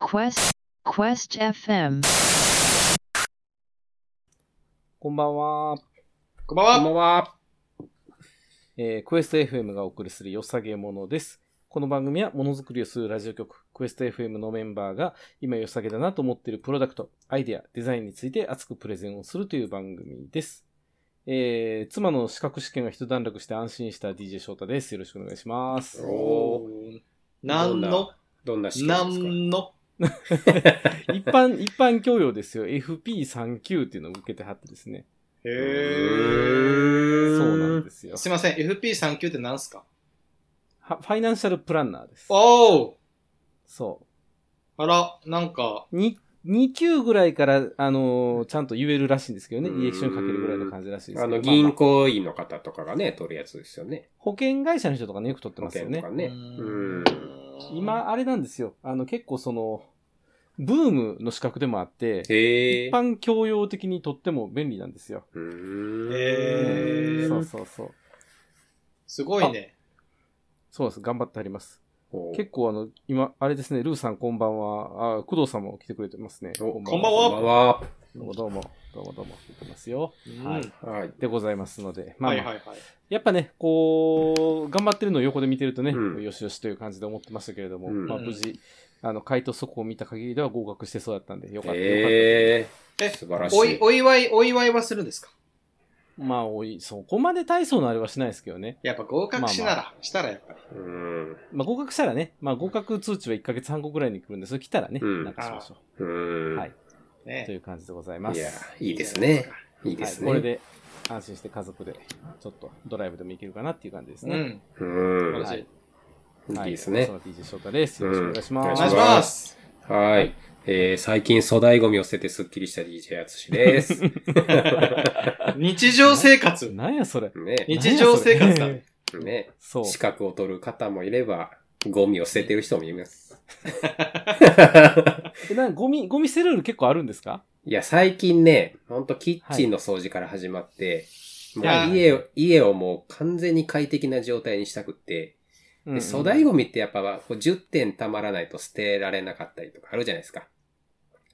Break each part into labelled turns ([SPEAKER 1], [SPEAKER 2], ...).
[SPEAKER 1] Quest Quest FM
[SPEAKER 2] こんばんは。
[SPEAKER 3] こんばんは。
[SPEAKER 2] は。えークエスト FM がお送りするよさげものです。この番組はものづくりをするラジオ局、クエスト FM のメンバーが今よさげだなと思っているプロダクト、アイデア、デザインについて熱くプレゼンをするという番組です。えー妻の資格試験が一段落して安心した DJ 翔太です。よろしくお願いします。
[SPEAKER 3] おーなんの
[SPEAKER 4] どんな試
[SPEAKER 3] な
[SPEAKER 4] 験です
[SPEAKER 3] んの
[SPEAKER 2] 一般、 一般教養ですよ。FP39 っていうのを受けてはってですね。
[SPEAKER 3] へ
[SPEAKER 2] そ
[SPEAKER 3] ー
[SPEAKER 2] うなんですよ。
[SPEAKER 3] すいません、FP39 って何すか
[SPEAKER 2] はファイナンシャルプランナーです。
[SPEAKER 3] おお
[SPEAKER 2] そう。
[SPEAKER 3] あら、なんか、
[SPEAKER 2] に2級ぐらいから、あのーちゃんと言えるらしいんですけどね。
[SPEAKER 4] うん
[SPEAKER 2] 履歴書に書けるぐらいの感じらしいで
[SPEAKER 4] か
[SPEAKER 2] す
[SPEAKER 4] あ
[SPEAKER 2] けど。
[SPEAKER 4] の、
[SPEAKER 2] まあまあ
[SPEAKER 4] 銀行員の方とかがね、取るやつですよね。
[SPEAKER 2] 保険会社の人とかね、よく取って
[SPEAKER 4] 保
[SPEAKER 2] ますよ
[SPEAKER 4] 険と
[SPEAKER 2] ね
[SPEAKER 4] か。ね。
[SPEAKER 3] う
[SPEAKER 4] うん。
[SPEAKER 3] ーん、
[SPEAKER 2] 今、あれなんですよ。あの、結構その、ブームの資格でもあって、一
[SPEAKER 4] へえ。
[SPEAKER 2] 般教養的にとっても便利なんですよ。
[SPEAKER 4] うーん
[SPEAKER 3] へー
[SPEAKER 2] そうそうそう。
[SPEAKER 3] すごいね。
[SPEAKER 2] そうです。頑張ってあります。
[SPEAKER 4] ほう
[SPEAKER 2] 結構あの、今、あれですね、ルーさんこんばんは。あ、工藤さんも来てくれてますね。
[SPEAKER 4] お
[SPEAKER 3] こんばんは
[SPEAKER 4] こんばんは。
[SPEAKER 2] どうもどうも、どうもどうも、来てますよ。
[SPEAKER 3] うん
[SPEAKER 2] は
[SPEAKER 3] はいい
[SPEAKER 4] はい。
[SPEAKER 2] でございますので。まあ
[SPEAKER 3] は
[SPEAKER 2] ま
[SPEAKER 3] い
[SPEAKER 2] あ
[SPEAKER 3] はい。
[SPEAKER 2] やっぱね、こう、頑張ってるのを横で見てるとね、
[SPEAKER 4] うん
[SPEAKER 2] よしよしという感じで思ってましたけれども、
[SPEAKER 4] うん
[SPEAKER 2] まあ無事、あの、回答速報を見た限りでは合格してそうだったんで、よかった、よかっ
[SPEAKER 4] へえ。
[SPEAKER 3] え
[SPEAKER 4] 素晴らし
[SPEAKER 3] おい
[SPEAKER 4] い。
[SPEAKER 3] お祝い、お祝いはするんですか
[SPEAKER 2] た。まあ、おい、そこまで大層のあれはしないですけどね。
[SPEAKER 3] やっぱ合格しなら、
[SPEAKER 2] ま
[SPEAKER 3] したらやっぱり。
[SPEAKER 4] うん。
[SPEAKER 2] まあ、合格したらね、まあ、合格通知は1ヶ月半後ぐらいに来るんで、それ来たらね、
[SPEAKER 4] うん
[SPEAKER 2] なんかしましょ
[SPEAKER 4] うん。
[SPEAKER 2] はい
[SPEAKER 3] ね
[SPEAKER 2] う。という感じでございます。
[SPEAKER 4] いや、いいですね。いいですね。
[SPEAKER 2] はい、これで、安心して家族で、ちょっとドライブでも行けるかなっていう感じです
[SPEAKER 3] う
[SPEAKER 2] ね。
[SPEAKER 3] ん。
[SPEAKER 4] う
[SPEAKER 3] 素晴
[SPEAKER 4] ん
[SPEAKER 3] ら。しい。
[SPEAKER 2] はい
[SPEAKER 4] いです
[SPEAKER 2] そ
[SPEAKER 4] ね。
[SPEAKER 2] の DJ 翔太です。よろしくお願いします。
[SPEAKER 4] うん
[SPEAKER 3] お
[SPEAKER 4] お
[SPEAKER 3] 願い
[SPEAKER 4] 願い
[SPEAKER 3] し
[SPEAKER 4] し
[SPEAKER 3] ま。
[SPEAKER 4] ますはい。えー最近粗大ゴミを捨ててスッキリした DJ やつし です。ね
[SPEAKER 3] 日常生活。
[SPEAKER 2] なんやそれ。
[SPEAKER 3] 日常生活だ。
[SPEAKER 4] ね。
[SPEAKER 2] そう。
[SPEAKER 4] 資格を取る方もいれば、ゴミを捨ててる人もい ます。
[SPEAKER 2] えなゴミ、ゴミ捨てるルール結構あるんですか
[SPEAKER 4] いや、最近ね、ほんとキッチンの掃除から始まって、
[SPEAKER 3] はい
[SPEAKER 4] もう家を、家をもう完全に快適な状態にしたくって、で、粗大ゴミってやっぱこう10点貯まらないと捨てられなかったりとかあるじゃないですか。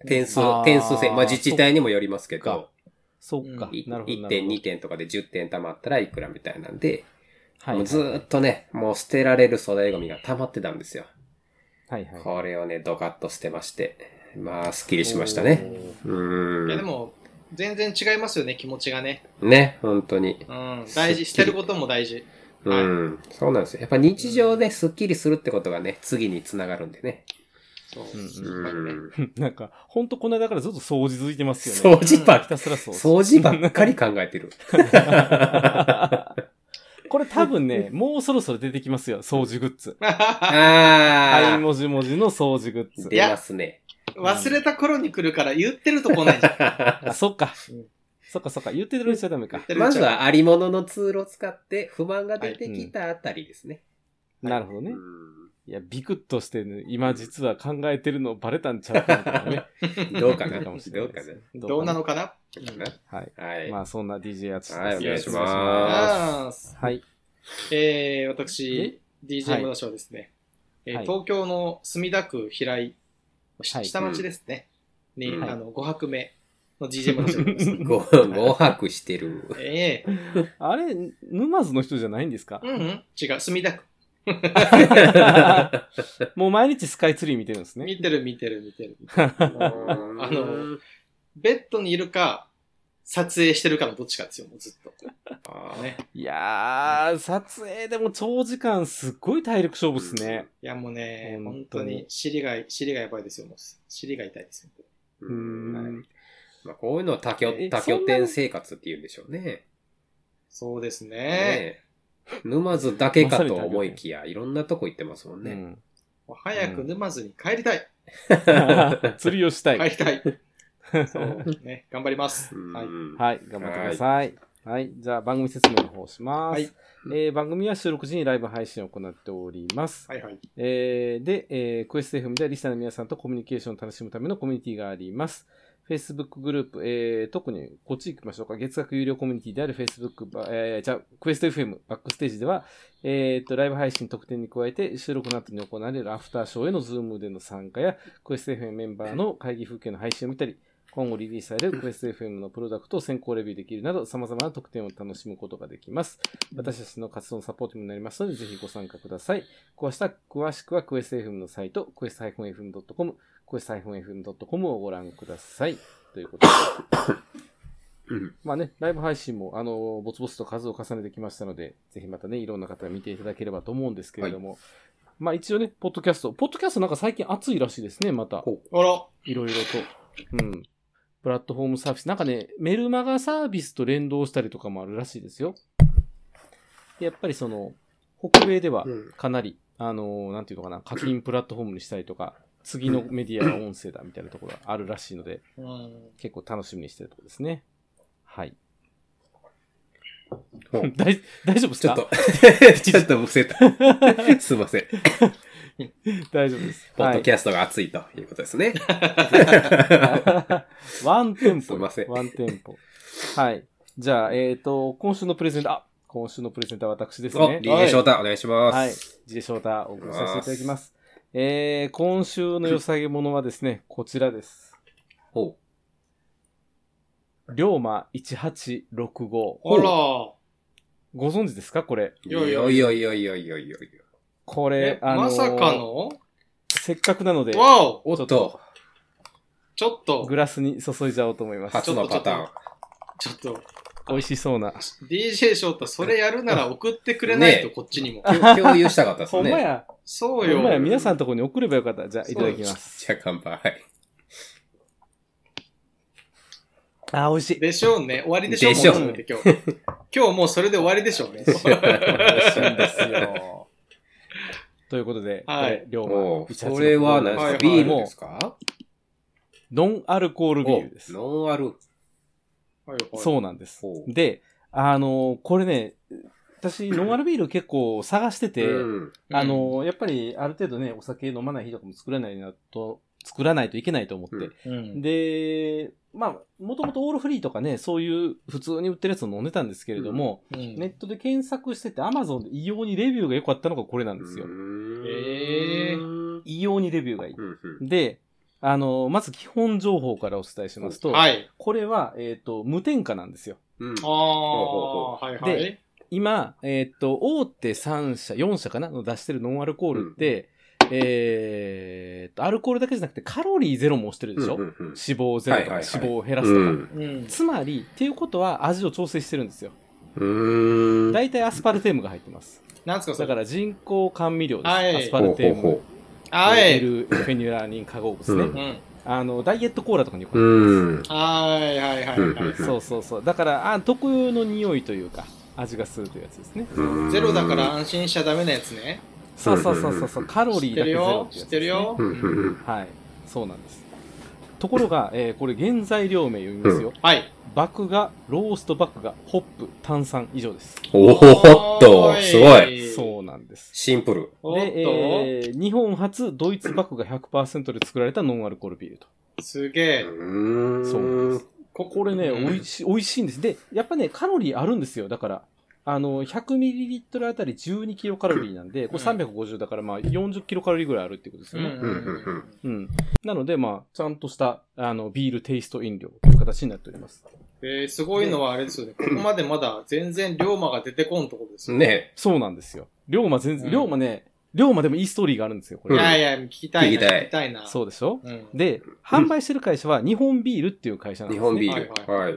[SPEAKER 4] 点数
[SPEAKER 2] あー、
[SPEAKER 4] 点数制、まあ自治体にもよりますけ
[SPEAKER 2] そっか
[SPEAKER 4] ど、
[SPEAKER 2] そうか。
[SPEAKER 4] い
[SPEAKER 2] なるほど。
[SPEAKER 4] 1点、2点とかで10点貯まったらいくらみたいなんで、
[SPEAKER 2] はい
[SPEAKER 4] も
[SPEAKER 2] は
[SPEAKER 4] う
[SPEAKER 2] い。
[SPEAKER 4] ずーっとね、もう捨てられる粗大ゴミが溜まってたんですよ。
[SPEAKER 2] はいはい。
[SPEAKER 4] これをね、ドカッと捨てまして、まあ、スッキリしました
[SPEAKER 3] い
[SPEAKER 4] ね。う
[SPEAKER 3] やで
[SPEAKER 4] ーん。
[SPEAKER 3] も、全然違いますよね、気持ちがね。
[SPEAKER 4] ね、本当に。
[SPEAKER 3] うん。大事。
[SPEAKER 4] す
[SPEAKER 3] 捨
[SPEAKER 4] っき
[SPEAKER 3] てる
[SPEAKER 4] り
[SPEAKER 3] ことも大事。はい
[SPEAKER 4] うん。そうなんですよ。やっぱ日常でスッキリするってことがね、次につながるんでね。
[SPEAKER 3] そう。
[SPEAKER 2] うん
[SPEAKER 4] う
[SPEAKER 3] やっぱりね
[SPEAKER 4] ん。
[SPEAKER 2] お。なんか、ほんとこの間からずっと掃除続いてますよね。
[SPEAKER 4] 掃除ば
[SPEAKER 2] ひ
[SPEAKER 4] っ、
[SPEAKER 2] たすら掃除。
[SPEAKER 4] 掃除ばっかり考えてる。
[SPEAKER 2] これ多分 ね、もうそろそろ出てきますよ。掃除グッズ。はい、
[SPEAKER 4] あ
[SPEAKER 2] 文字文字の掃除グッ
[SPEAKER 4] ー。
[SPEAKER 2] ズ。
[SPEAKER 4] 出ますね。
[SPEAKER 3] 忘れた頃に来るから言ってると来ないじゃ ん。
[SPEAKER 2] あ、そっか。そっかそっか。言ってるうちはダメか。
[SPEAKER 4] まずはありもののツールを使って不満が出てきたあたりですね。
[SPEAKER 2] なるほどね
[SPEAKER 4] う。ん
[SPEAKER 2] いや、ビクッとしてね、今実は考えてるのバレたんちゃうかみたいなね。
[SPEAKER 4] どう かな
[SPEAKER 2] か
[SPEAKER 4] ど
[SPEAKER 2] も
[SPEAKER 4] う
[SPEAKER 2] し
[SPEAKER 4] か
[SPEAKER 2] れ
[SPEAKER 4] な
[SPEAKER 2] ないです
[SPEAKER 3] どうなのかな
[SPEAKER 2] はい。
[SPEAKER 4] はい。
[SPEAKER 2] まあ、そんな DJ やつ
[SPEAKER 4] はいお願いします
[SPEAKER 3] あー
[SPEAKER 2] はい。
[SPEAKER 3] えー、私、DJ 村翔ですね。えー
[SPEAKER 2] はい
[SPEAKER 3] 東京の墨田区平井、し
[SPEAKER 2] はい
[SPEAKER 3] 下町ですね。に、
[SPEAKER 4] うん
[SPEAKER 3] あの、5泊目の DJ 村翔 です。
[SPEAKER 4] ご、ご泊してる。
[SPEAKER 3] ええ
[SPEAKER 2] あれ、沼津の人じゃないんです か
[SPEAKER 3] うんうん、違う、墨田区。
[SPEAKER 2] もう毎日スカイツリー見てるんですね。
[SPEAKER 3] 見てる見てる見てる。
[SPEAKER 4] あ
[SPEAKER 3] あの、ベッドにいるか、撮影してるかのどっちかですよ、もうずっと。ね。
[SPEAKER 2] いやー、撮影でも長時間すっごい体力勝負っすね。
[SPEAKER 3] いや、もうね、本
[SPEAKER 2] 本
[SPEAKER 3] 当
[SPEAKER 2] 当に
[SPEAKER 3] に、尻が、尻がやばいですよ、もう。尻が痛いですよ。
[SPEAKER 4] う
[SPEAKER 2] うーん。
[SPEAKER 4] まあ、こういうのを多拠
[SPEAKER 2] え
[SPEAKER 4] 多拠点生活って言うんでしょうね。
[SPEAKER 3] そうですね。
[SPEAKER 4] ねえ沼津だけかと思いきや、いろんなとこ行ってますもん
[SPEAKER 2] う
[SPEAKER 4] ね。
[SPEAKER 2] ん
[SPEAKER 3] もう早く沼津に帰りたい。
[SPEAKER 2] 釣りをしたい。は
[SPEAKER 3] 帰
[SPEAKER 2] い、
[SPEAKER 3] りたい。そう。ね、頑張り ます。はい。
[SPEAKER 4] い。
[SPEAKER 2] 頑張ってください。はい。じゃあ、番組説明の方します。
[SPEAKER 3] はい
[SPEAKER 2] えー番組は収録時にライブ配信を行っております。
[SPEAKER 3] はいはい。
[SPEAKER 2] えーで、えークエスト FM ではリスナーの皆さんとコミュニケーションを楽しむためのコミュニティがあります。 Facebook グループ、えー、特にこっち行きましょうか。月額有料コミュニティである Facebook、ばえー、じゃあ、クエスト FM バックステージでは、えー、と、ライブ配信特典に加えて、収録の後に行われるアフターショーへのズームでの参加や、クエスト FM メンバーの会議風景の配信を見たり、今後リリースされるクエスト FM のプロダクトを先行レビューできるなど、様々な特典を楽しむことができます。私たちの活動のサポートにもなりますので、ぜひご参加ください。詳した詳しくはクエスト FM のサイト、クエスト -fm.com、クエスト -fm.com をご覧ください。ということで。
[SPEAKER 4] うん。
[SPEAKER 2] まあね、ライブ配信も、あの、ぼつぼつと数を重ねてきましたので、ぜひまたね、いろんな方が見ていただければと思うんですけれども、まあ一応ね、ポッドキャスト、ポッドキャストなんか最近熱いらしいですね、また。
[SPEAKER 4] ほう。
[SPEAKER 3] あら、
[SPEAKER 2] いろいろと。うん。プラットフォームサービス。なんかね、メルマガサービスと連動したりとかもあるらしいですよ。でやっぱりその、北米では
[SPEAKER 4] うん
[SPEAKER 2] かなり、あのー、なんていうのかな、課金プラットフォームにしたりと か、次のメディアは音声だみたいなところがあるらしいので、
[SPEAKER 3] うん、
[SPEAKER 2] 結構楽しみにしてるところですね。はい。
[SPEAKER 4] ほう
[SPEAKER 2] 大大丈夫です
[SPEAKER 4] ちょ
[SPEAKER 2] か
[SPEAKER 4] っと、 ちょっとむせた。すいません。
[SPEAKER 2] 大丈夫です。
[SPEAKER 4] ポッドキ
[SPEAKER 2] ャ
[SPEAKER 4] ャストが熱いということですね。
[SPEAKER 2] スト。 ワンテンポ。
[SPEAKER 4] すいません
[SPEAKER 2] ワンテンポ。はい。じゃあ、えっ、と、今週のプレゼント、あ、今週のプレゼントは私です
[SPEAKER 4] お、
[SPEAKER 2] ね。
[SPEAKER 4] リレーショータお願いします。
[SPEAKER 2] はい。ジレショータ、お送りさせていただきます。えー、今週の良さげものはですね、こちらです。
[SPEAKER 4] ほ
[SPEAKER 2] 龍馬1865。
[SPEAKER 3] あら、
[SPEAKER 2] ご存知ですかこれ。
[SPEAKER 4] う。
[SPEAKER 3] いやいや
[SPEAKER 4] いやいやいやいやいやいや
[SPEAKER 2] これ
[SPEAKER 3] え、
[SPEAKER 2] あのー
[SPEAKER 3] まさかの
[SPEAKER 2] せっかくなので、
[SPEAKER 3] わお
[SPEAKER 4] おっと、
[SPEAKER 3] ちょっと
[SPEAKER 2] グ、ラスに注いじゃおうと思います。
[SPEAKER 4] 初のパターン。
[SPEAKER 3] ちょっと、
[SPEAKER 2] 美味しそうな。
[SPEAKER 3] DJ 翔太、それやるなら送ってくれないと、
[SPEAKER 4] ね
[SPEAKER 3] こっちにも。
[SPEAKER 4] 共共有したかったです
[SPEAKER 2] ほんま
[SPEAKER 4] ね。
[SPEAKER 2] や。
[SPEAKER 3] そ
[SPEAKER 2] ほ
[SPEAKER 3] うん
[SPEAKER 2] まや。
[SPEAKER 3] よ。
[SPEAKER 2] 皆さんのところに送ればよかった。じゃあ、いただきます。
[SPEAKER 4] じゃあ乾杯。
[SPEAKER 2] あー、美味しい。
[SPEAKER 3] でしょうね。終わりでしょ
[SPEAKER 4] でしょ
[SPEAKER 2] う
[SPEAKER 3] もう今日。今日もうそれで終わりでしょうね。
[SPEAKER 2] 美味しいんですよ。ということで、
[SPEAKER 3] は
[SPEAKER 2] こ
[SPEAKER 3] い
[SPEAKER 2] れ龍馬
[SPEAKER 4] お
[SPEAKER 2] 1865。
[SPEAKER 4] それは何ですか、
[SPEAKER 3] はいはい。
[SPEAKER 4] ビールですか
[SPEAKER 2] ノンアルコールビールです。
[SPEAKER 4] ノンアル。
[SPEAKER 2] そううなんです
[SPEAKER 4] ほ。う
[SPEAKER 2] で、あのーこれね、私、ノンアルビール結構探してて、
[SPEAKER 4] うん
[SPEAKER 2] あのーやっぱりある程度ね、お酒飲まない日とかも作らないなと、作らないといけないと思って。
[SPEAKER 3] うん。
[SPEAKER 2] で、まあ、もともとオールフリーとかね、そういう普通に売ってるやつを飲んでたんですけれども、
[SPEAKER 3] うん
[SPEAKER 2] ネットで検索してて、Amazon で異様にレビューが良かったのがこれなんですよ。
[SPEAKER 3] えー
[SPEAKER 4] うん
[SPEAKER 2] 異様にレビューがいい。
[SPEAKER 4] うん
[SPEAKER 2] で、あのーまず基本情報からお伝えしますと、
[SPEAKER 3] はい。
[SPEAKER 2] これは、えっ、と、無添加なんですよ。
[SPEAKER 4] うん
[SPEAKER 3] ああ、はいはい
[SPEAKER 2] で。今、えーっと、大手3社、4社かなの出してるノンアルコールって、えーっと、アルコールだけじゃなくてカロリーゼロも押してるでしょ、
[SPEAKER 4] うんうんうん
[SPEAKER 2] 脂肪ゼロとか、
[SPEAKER 4] はいはいはい
[SPEAKER 2] 脂肪を減らすとか。
[SPEAKER 3] うん。
[SPEAKER 2] つまり、っていうことは味を調整してるんですよ。
[SPEAKER 4] うん。
[SPEAKER 2] 大体アスパルテームが入ってます。
[SPEAKER 3] なんすかそ
[SPEAKER 2] だか
[SPEAKER 3] れ。
[SPEAKER 2] ら人工甘味料です。
[SPEAKER 3] はい
[SPEAKER 2] アスパルテーム、
[SPEAKER 4] ほ
[SPEAKER 3] は
[SPEAKER 2] エ
[SPEAKER 3] い。
[SPEAKER 2] ルフェニュラニン化合物ですね、
[SPEAKER 4] うん
[SPEAKER 3] うん。
[SPEAKER 2] あの、ダイエットコーラとかによ
[SPEAKER 4] うほ
[SPEAKER 2] く
[SPEAKER 4] う。
[SPEAKER 2] ある
[SPEAKER 4] うん。
[SPEAKER 3] はいはいはいは
[SPEAKER 4] うん
[SPEAKER 2] そうそうそう。だから、あ特有の匂いというか、味がするというやつですね。
[SPEAKER 4] うん
[SPEAKER 3] い。ゼロだから。安心しちゃダメなやつね。
[SPEAKER 2] そうそうそうそうそう、カロ
[SPEAKER 3] 知
[SPEAKER 2] リ
[SPEAKER 3] っ
[SPEAKER 2] ーだけ
[SPEAKER 3] てる
[SPEAKER 2] ゼロ
[SPEAKER 3] よ。
[SPEAKER 2] て
[SPEAKER 3] 知
[SPEAKER 2] や
[SPEAKER 3] っ
[SPEAKER 2] つ
[SPEAKER 3] てるよ
[SPEAKER 4] う。んうんうん。
[SPEAKER 2] はい、そうなんです。ところが、えーこれ原材料名読みますよ。
[SPEAKER 3] はい。
[SPEAKER 2] バクが、ローストバクが、ホップ、炭酸以上です。
[SPEAKER 4] おほっと、すごい。
[SPEAKER 3] そう。
[SPEAKER 2] そうなんです。
[SPEAKER 4] シンプル。
[SPEAKER 3] おっ
[SPEAKER 2] で、
[SPEAKER 3] と、
[SPEAKER 2] えー日本初ドイツバクが100%で作られたノンアルコールビールと。
[SPEAKER 3] すげえ。
[SPEAKER 4] うん
[SPEAKER 2] そうなんです。ここれね、
[SPEAKER 3] うん
[SPEAKER 2] おいし美味しいんです。で、やっぱね、カロリーあるんですよ。だから、あの、100ml あたり12キロカロリーなんで、これ350だからまあ40キロカロリーぐらいあるってことですよね。
[SPEAKER 4] うん
[SPEAKER 2] うん。なので、まあ、ちゃんとした、あの、ビールテイスト飲料という形になっております。
[SPEAKER 3] えー、すごいのはあれですよね。ここまでまだ全然龍馬が出てこんところですよ。
[SPEAKER 4] ね
[SPEAKER 2] そうなんですよ。龍馬全
[SPEAKER 3] う
[SPEAKER 2] 然、
[SPEAKER 3] ん
[SPEAKER 2] 龍馬ね、龍馬でもいいストーリーがあるんですよ、こ
[SPEAKER 3] い
[SPEAKER 2] れ。
[SPEAKER 3] やいや、聞きたいな。
[SPEAKER 4] 聞きたい
[SPEAKER 3] 聞きたいな。。
[SPEAKER 2] そううでしょ
[SPEAKER 3] うん。
[SPEAKER 2] で、販売してる会社は日本ビールっていう会社なんで
[SPEAKER 4] 日
[SPEAKER 2] す、ね。
[SPEAKER 4] 本ビール。
[SPEAKER 3] は
[SPEAKER 4] はい。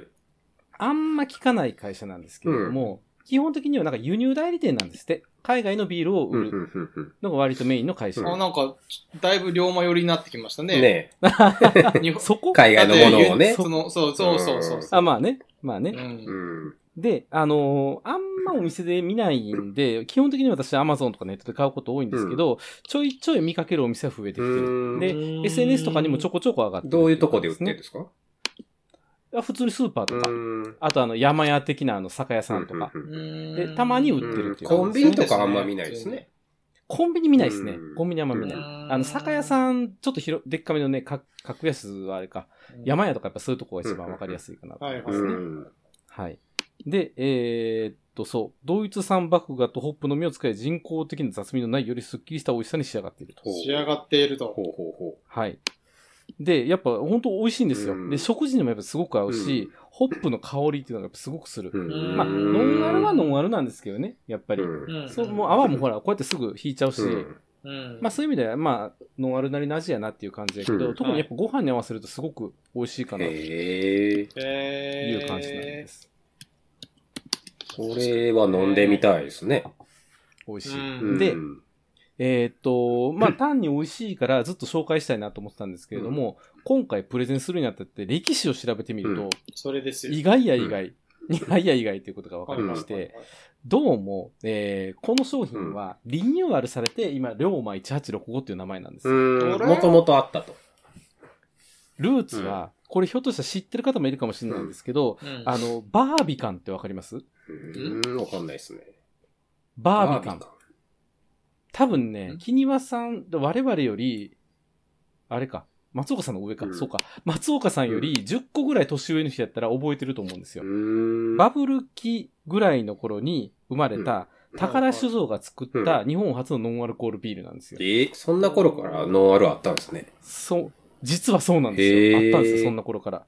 [SPEAKER 2] あんま聞かない会社なんですけれども、基本的にはなんか輸入代理店なんですって。海外のビールを
[SPEAKER 4] う
[SPEAKER 2] 売
[SPEAKER 4] んう
[SPEAKER 2] る
[SPEAKER 4] んうんうん
[SPEAKER 2] のが割とメインの会社。
[SPEAKER 4] うん
[SPEAKER 3] あ、なんか、だいぶ龍馬寄りになってきましたね。
[SPEAKER 4] ね
[SPEAKER 3] 日 本
[SPEAKER 2] そこ
[SPEAKER 4] 海外のものを
[SPEAKER 3] だって
[SPEAKER 4] ね。
[SPEAKER 3] そのそうそうそうそうそう。
[SPEAKER 2] あ、まあね。まあね。
[SPEAKER 3] うん
[SPEAKER 4] うん。
[SPEAKER 2] で、あのーあんまお店で見ないんで、基本的に私 Amazon とかネットで買うこと多いんですけど、ちょいちょい見かけるお店は増えてきてる。で、SNS とかにもちょこちょこ上がってる
[SPEAKER 4] どういうとこで売ってるん
[SPEAKER 2] る
[SPEAKER 4] ですか
[SPEAKER 2] あ普通にスーパーとか、
[SPEAKER 4] ん。
[SPEAKER 2] あとあの山屋的なあの酒屋さんとか、
[SPEAKER 3] うん
[SPEAKER 2] で、たまに売ってるっていう。
[SPEAKER 4] コンビニとかあんま見ないですね。
[SPEAKER 2] コンビニ見ないですね
[SPEAKER 4] うん。
[SPEAKER 2] コンビニあんま見ない。あの、酒屋さん、ちょっと広、でっかめのね、か格安はあれか、山屋とかやっぱそういうとこが一番わかりやすいかなと思います
[SPEAKER 4] う
[SPEAKER 2] ね。
[SPEAKER 4] ん。
[SPEAKER 2] はい。で、えーっと、そう。同一産麦芽とホップのみを使い人工的な雑味のないよりすっきりした美味しさに仕上がっていると。
[SPEAKER 3] 仕上がっていると。
[SPEAKER 4] ほうほうほ
[SPEAKER 2] はい。で、やっぱ本当美味しいんですよ。
[SPEAKER 4] うん
[SPEAKER 2] で、食事にもやっぱすごく合うし、ホップの香りっていうのがやっぱすごくする。
[SPEAKER 4] う。
[SPEAKER 3] ん
[SPEAKER 2] まあ、ノンアルは
[SPEAKER 4] やっ
[SPEAKER 2] ノンアルなんですけどね、やっぱり。
[SPEAKER 3] うん
[SPEAKER 2] そう、もう泡もほら、こうやってすぐ引いちゃうし、
[SPEAKER 3] うん。
[SPEAKER 2] まあそういう意味では、まあ、ノンアルなりの味やなっていう感じだけど、
[SPEAKER 4] うん
[SPEAKER 2] 特にやっぱご飯に合わせるとすごく美味しいかなとい
[SPEAKER 4] へえ。
[SPEAKER 3] へー
[SPEAKER 2] う感じなんです。
[SPEAKER 4] これは飲んでみたいですね。
[SPEAKER 2] 美味しい。
[SPEAKER 3] うん
[SPEAKER 2] で
[SPEAKER 4] うん
[SPEAKER 2] えーっと、 まあ、単に美味しいからずっと紹介したいなと思ってたんですけれども、今回プレゼンするにあたって歴史を調べてみると、
[SPEAKER 3] それですよ。
[SPEAKER 2] 意外や意外、意外や意外ということが分かりまして、どうも、えーこの商品はリニューアルされて、今、龍馬1865っていう名前なんですよ。
[SPEAKER 4] うん。もともとあったと。
[SPEAKER 2] ルーツは、これひょっとしたら知ってる方もいるかもしれないんですけど、
[SPEAKER 3] はいはいはいうん
[SPEAKER 2] あの、バービカンってわかります
[SPEAKER 4] うん、わかんないですね。
[SPEAKER 2] バービカン。多分ね
[SPEAKER 3] ん、
[SPEAKER 2] 木庭さん、我々より、あれか、松岡さんの上か、
[SPEAKER 4] うん
[SPEAKER 2] そうか、松岡さんより10個ぐらい年上の人やったら覚えてると思うんですよ。
[SPEAKER 4] うん。
[SPEAKER 2] バブル期ぐらいの頃に生まれた、高田酒造が作った日本初のノンアルコールビールなんですよ。
[SPEAKER 4] え、そんな頃からノンアルあったんですね。
[SPEAKER 2] そう、実はそうなんですよ。
[SPEAKER 4] へ
[SPEAKER 2] あっ
[SPEAKER 4] ー
[SPEAKER 2] たんですよ、そんな頃から。